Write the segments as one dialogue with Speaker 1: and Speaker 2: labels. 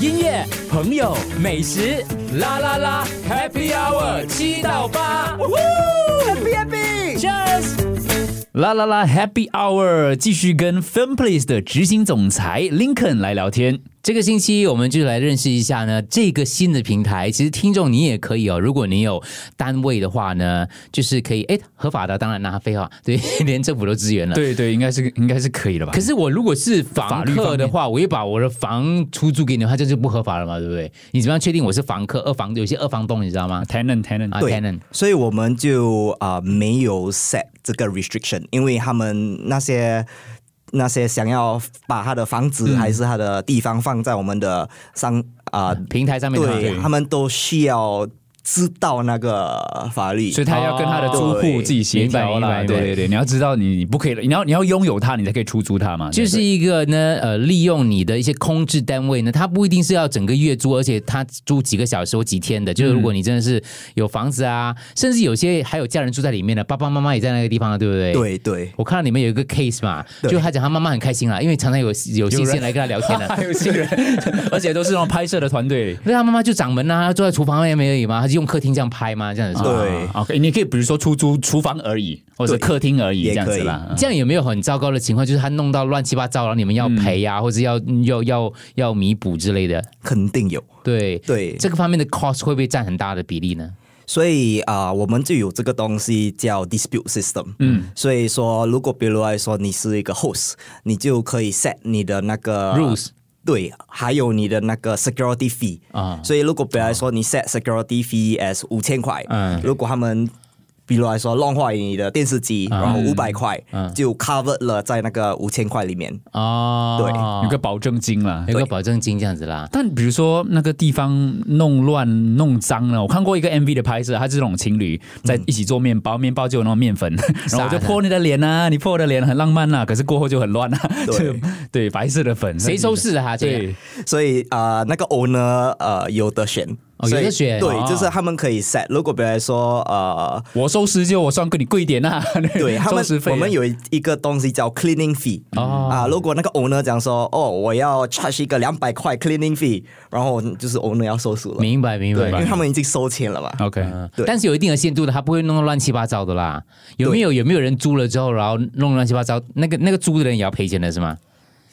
Speaker 1: 音乐、朋友、美食，啦啦啦，Happy Hour 七到八，Happy Happy，Cheers！啦啦啦，Happy Hour 继续跟 Film Place 的执行总裁 Lincoln 来聊天。
Speaker 2: 这个星期我们就来认识一下呢，这个新的平台。其实听众你也可以哦，如果你有单位的话呢，就是可以哎合法的，当然拿非法， 对，连政府都支援了。
Speaker 1: 对对，应该是应该是可以了吧
Speaker 2: 可？是我如果是
Speaker 1: 法
Speaker 2: 房
Speaker 1: 律方
Speaker 2: 客
Speaker 1: 面
Speaker 2: 的话，我也把我的房出租给你的话，这就不合法了嘛，对不对？你怎么样确定我是房客？二房有些二房东，你知道吗？
Speaker 1: tenant tenant，
Speaker 2: 啊
Speaker 3: 对
Speaker 2: tenant
Speaker 3: 所以我们就啊、没有 set 这个 restriction，因为他们那些那些想要把他的房
Speaker 1: 嗯
Speaker 3: 子还是他的地方放在我们的商啊、
Speaker 1: 嗯
Speaker 2: 平台上面的话
Speaker 3: 对他们都需要知道那个法律，
Speaker 1: 所以他要跟他的租户自己协调
Speaker 2: 明白
Speaker 1: 啦。
Speaker 2: 明白
Speaker 1: 对对对，你要知道你你不可以，你要你要拥有它，你才可以出租它嘛。
Speaker 2: 就是一个呢，呃，利用你的一些空置单位呢，它不一定是要整个月租，而且它租几个小时或几天的。
Speaker 3: 嗯
Speaker 2: 就是如果你真的是有房子啊，甚至有些还有家人住在里面的，爸爸妈妈也在那个地方啊了，对不对？。
Speaker 3: 对对
Speaker 2: 我看到你们有一个 case 嘛，
Speaker 3: 对
Speaker 2: 就他讲他妈妈很开心啦，因为常常有有新鲜来跟他聊天 的。
Speaker 1: 还有新人， 而且都是那种拍摄的团队。
Speaker 2: 那他妈妈就掌门啊，坐在厨房外面而已嘛，他就用客厅这样拍嘛，这样子是吧
Speaker 3: 对
Speaker 1: 啊，OK，你可以比如说出租厨房而已，或者
Speaker 3: 对
Speaker 1: 客厅而已这
Speaker 3: 也
Speaker 1: 样
Speaker 3: 可
Speaker 1: 子
Speaker 3: 以
Speaker 1: 啦。嗯
Speaker 2: 这样有没有很糟糕的情况？就是他弄到乱七八糟，然后你们要
Speaker 3: 嗯
Speaker 2: 赔呀、或者要要要要弥补之类的。
Speaker 3: 肯定有
Speaker 2: 对，
Speaker 3: 对，
Speaker 2: 这个方面的 cost 会不会占很大的比例呢？
Speaker 3: 所以啊、我们就有这个东西叫 dispute system。嗯，所以说，如果比如来说你是一个 host，你就可以 set 你的那个
Speaker 2: Rules
Speaker 3: 对，还有你的那个 security fee
Speaker 2: 啊
Speaker 3: 所以如果比如来说你 set security fee as 五千块，
Speaker 2: 嗯
Speaker 3: 如果他们比如来说弄坏你的电视机，
Speaker 2: 啊
Speaker 3: 然后五百块、
Speaker 2: 嗯
Speaker 3: 就 cover 了在那个五千块里面。
Speaker 2: 哦，
Speaker 1: 啊有个保证金啦。
Speaker 2: 有个保证金这样子啦。
Speaker 1: 但比如说那个地方弄乱弄脏了，我看过一个 MV 的拍摄，它是这种情侣在一起做面包，面包就有那种面 粉， 然后我就
Speaker 2: 的
Speaker 1: 泼你的脸啊，你泼我的脸很浪漫啦、可是过后就很乱啊，
Speaker 3: 对
Speaker 1: 就 对，白色的粉，
Speaker 2: 谁收拾的哈？这个
Speaker 1: 对，
Speaker 3: 所以啊、呃那个 owner 呃有得选，
Speaker 2: 哦
Speaker 3: 所以
Speaker 2: 有得选
Speaker 3: 对，
Speaker 2: 哦
Speaker 3: 就是他们可以 set。如果比如说呃，
Speaker 1: 我收拾就我算跟你贵一点啊，
Speaker 3: 对他们
Speaker 1: 收拾，费啊
Speaker 3: 我们有一个东西叫 cleaning fee
Speaker 2: 啊哦
Speaker 3: 啊。如果那个 owner 讲说，哦，我要 charge 一个两百块 cleaning fee，然后就是 owner 要收赎了，
Speaker 2: 明白明
Speaker 3: 对，
Speaker 2: 白。
Speaker 3: 因为他们已经收钱了嘛。
Speaker 1: OK，、
Speaker 2: 嗯
Speaker 3: 对
Speaker 2: 但是有一定的限度的，他不会弄得乱七八糟的啦。有没有有没有人租了之后，然后弄乱七八糟？那个那个租的人也要赔钱的是吗？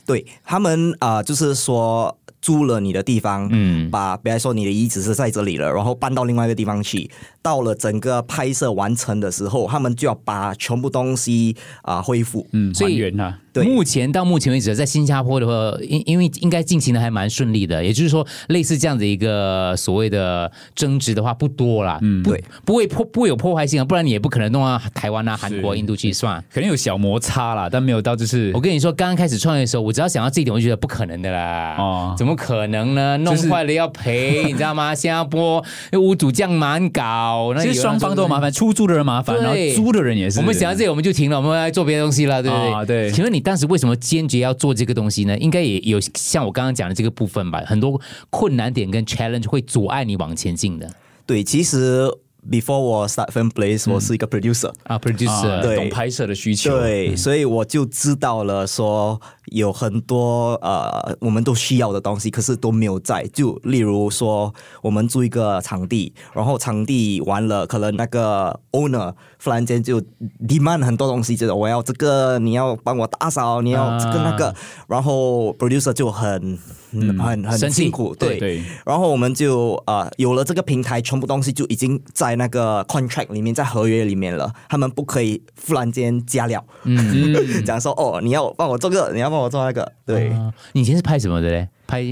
Speaker 3: 对他们啊、就是说租了你的地方，
Speaker 2: 嗯
Speaker 3: 把比方说你的遗址是在这里了，然后搬到另外一个地方去，到了整个拍摄完成的时候，他们就要把全部东西啊、恢复。
Speaker 1: 嗯，
Speaker 2: 所以
Speaker 1: 还原啊，
Speaker 3: 对
Speaker 2: 目前到目前为止，在新加坡的话，因因为应该进行的还蛮顺利的，也就是说，类似这样的一个所谓的争执的话不多啦，嗯，不
Speaker 3: 对
Speaker 2: 不会破不会有破坏性啊，不然你也不可能弄到台湾啊、韩国、
Speaker 1: 是
Speaker 2: 印度去，是吧？
Speaker 1: 可能有小摩擦啦，但没有到就是
Speaker 2: 我跟你说，刚刚开始创业的时候，我只要想到这一点，我就觉得不可能的啦。
Speaker 1: 哦
Speaker 2: 怎么可能呢？弄
Speaker 1: 就是
Speaker 2: 坏了要赔，你知道 吗？新加坡屋主这样蛮搞，那
Speaker 1: 其实
Speaker 2: 有
Speaker 1: 双方都
Speaker 3: 嗯
Speaker 1: 麻烦，出租的人麻烦，然后
Speaker 2: 对
Speaker 1: 租的人也是。
Speaker 2: 我们想到这里，我们就停了，我们来做别的东西了，对不对？
Speaker 1: 啊对
Speaker 2: 请问你当时为什么坚决要做这个东西呢？应该也有像我刚刚讲的这个部分吧，很多困难点跟 challenge 会阻碍你往前进的
Speaker 3: 对，其实 before 我 start film place，、我
Speaker 2: 嗯
Speaker 3: 是一个 producer，
Speaker 2: 啊
Speaker 1: 啊
Speaker 2: ，producer。
Speaker 3: 对
Speaker 1: 懂拍摄的需求，
Speaker 3: 对，所以我就知道了，说有很多呃，我们都需要的东西，可是都没有在。就例如说，我们租一个场地，然后场地完了，可能那个 owner 忽然间就 demand 很多东西，就是我要这个，你要帮我打扫，你要这个那个，然后 producer 就很很
Speaker 2: 生
Speaker 3: 很
Speaker 2: 气
Speaker 3: 辛苦，对。
Speaker 1: 对
Speaker 3: 然后我们就呃有了这个平台，全部东西就已经在那个 contract 里面，在合约里面了。他们不可以忽然间加料，嗯， 讲说哦，你要帮我做这个，你要帮我做那个，对，
Speaker 1: 嗯
Speaker 3: 嗯
Speaker 2: 啊你以前是拍什么的嘞？拍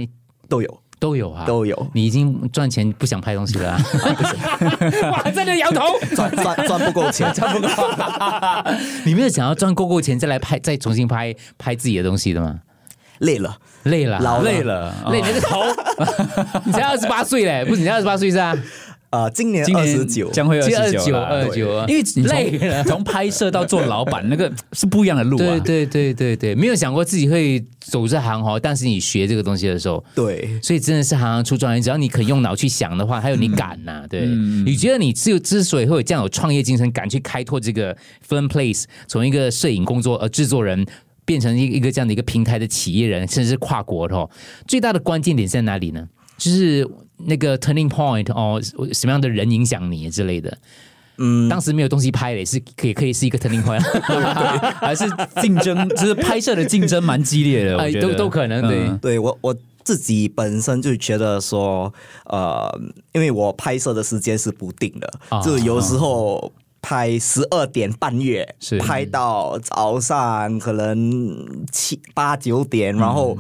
Speaker 3: 都有
Speaker 2: 都有啊，，
Speaker 3: 都有
Speaker 2: 你已经赚钱不想拍东西了、啊， 哇，在那摇头。
Speaker 3: 赚赚赚不够钱，赚不够。
Speaker 2: 你没有想要赚够够钱再来拍，再重新拍拍自己的东西的吗？
Speaker 3: 累了，哦
Speaker 2: 累了，
Speaker 3: 老
Speaker 1: 啊累了，哦
Speaker 2: 累你那个头， 你才二十八岁嘞，不是你才二十八岁是啊吧？
Speaker 3: 呃，今年
Speaker 1: 今
Speaker 3: 二
Speaker 1: 年
Speaker 3: 十九，
Speaker 1: 将会
Speaker 2: 今年
Speaker 1: 二十九啦，
Speaker 2: 29
Speaker 1: 对
Speaker 2: 29
Speaker 1: 因为你从
Speaker 2: 啊累 了
Speaker 1: 从拍摄到做老 板，那个是不一样的路啊
Speaker 2: 对。对对对对，没有想过自己会走这行哦。但是你学这个东西的时候，
Speaker 3: 对，
Speaker 2: 所以真的是行行出状元，只要你肯用脑去想的话，还有你敢呐、对，你觉得你之之所以会有这样有创业精神，敢去开拓这个 Film Place，从一个摄影工作呃制作人。变成一个一个这样的一个平台的企业人，甚至是跨国的哦，最大的关键点是在哪里呢？就是那个 turning point 哦，什么样的人影响你之类的。嗯，当时没有东西拍嘞，是可以可以是一个 turning point，
Speaker 1: 还是竞 争，就是拍摄的竞争蛮激烈的，我
Speaker 2: 哎
Speaker 1: 觉
Speaker 2: 都
Speaker 1: 得
Speaker 2: 都可能对
Speaker 1: 嗯
Speaker 3: 对我我自己本身就觉得说，呃，因为我拍摄的时间是不定的，
Speaker 2: 啊
Speaker 3: 就有时候拍十二点半夜，
Speaker 2: 是
Speaker 3: 拍到早上可能七八九点，然后。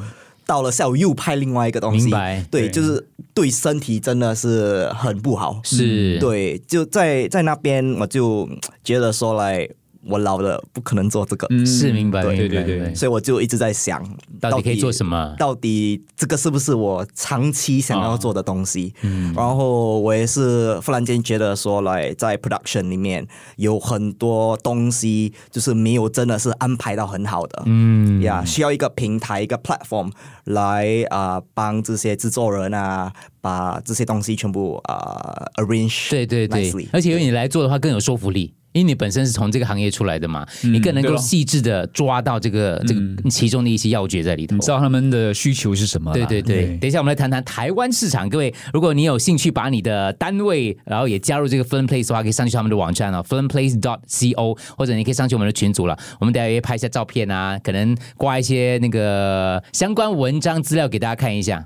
Speaker 3: 到了下午又拍另外一个东
Speaker 2: 嗯
Speaker 3: 西，
Speaker 2: 明白对
Speaker 3: 对，就是对身体真的是很不好。
Speaker 2: 是
Speaker 3: 嗯对，就在在那边，我就觉得说来，我老了不可能做这个，
Speaker 2: 是明白，
Speaker 3: 对
Speaker 2: 明白
Speaker 1: 对对
Speaker 2: 明白
Speaker 3: 所以我就一直在想，
Speaker 2: 嗯到底可以做什么？
Speaker 3: 到底这个是不是我长期想要做的东西？嗯，然后我也是忽然间觉得说，来在 production 里面有很多东西就是没有真的是安排到很好的，嗯，呀，需要一个平台一个 platform 来啊、帮这些制作人啊把这些东西全部啊、arrange，
Speaker 2: 对对对
Speaker 3: nicely，
Speaker 2: 而且由你来做的话更有说服力，因为你本身是从这个行业出来的嘛，你更
Speaker 1: 嗯
Speaker 2: 能
Speaker 1: 对
Speaker 2: 够
Speaker 1: 咯嗯
Speaker 2: 细致的抓到这个、这个其中的一些要诀在里头
Speaker 1: 你。知道他们的需求是什么啦？
Speaker 2: 对对对，等一下我们来谈谈台湾市场。各位，如果你有兴趣把你的单位，然后也加入这个 Film Place 的话，可以上去他们的网站啊、哦、，filmplace dot co，或者你可以上去我们的群组了。我们等一下也拍一下照片啊，可能挂一些那个相关文章资料给大家看一下。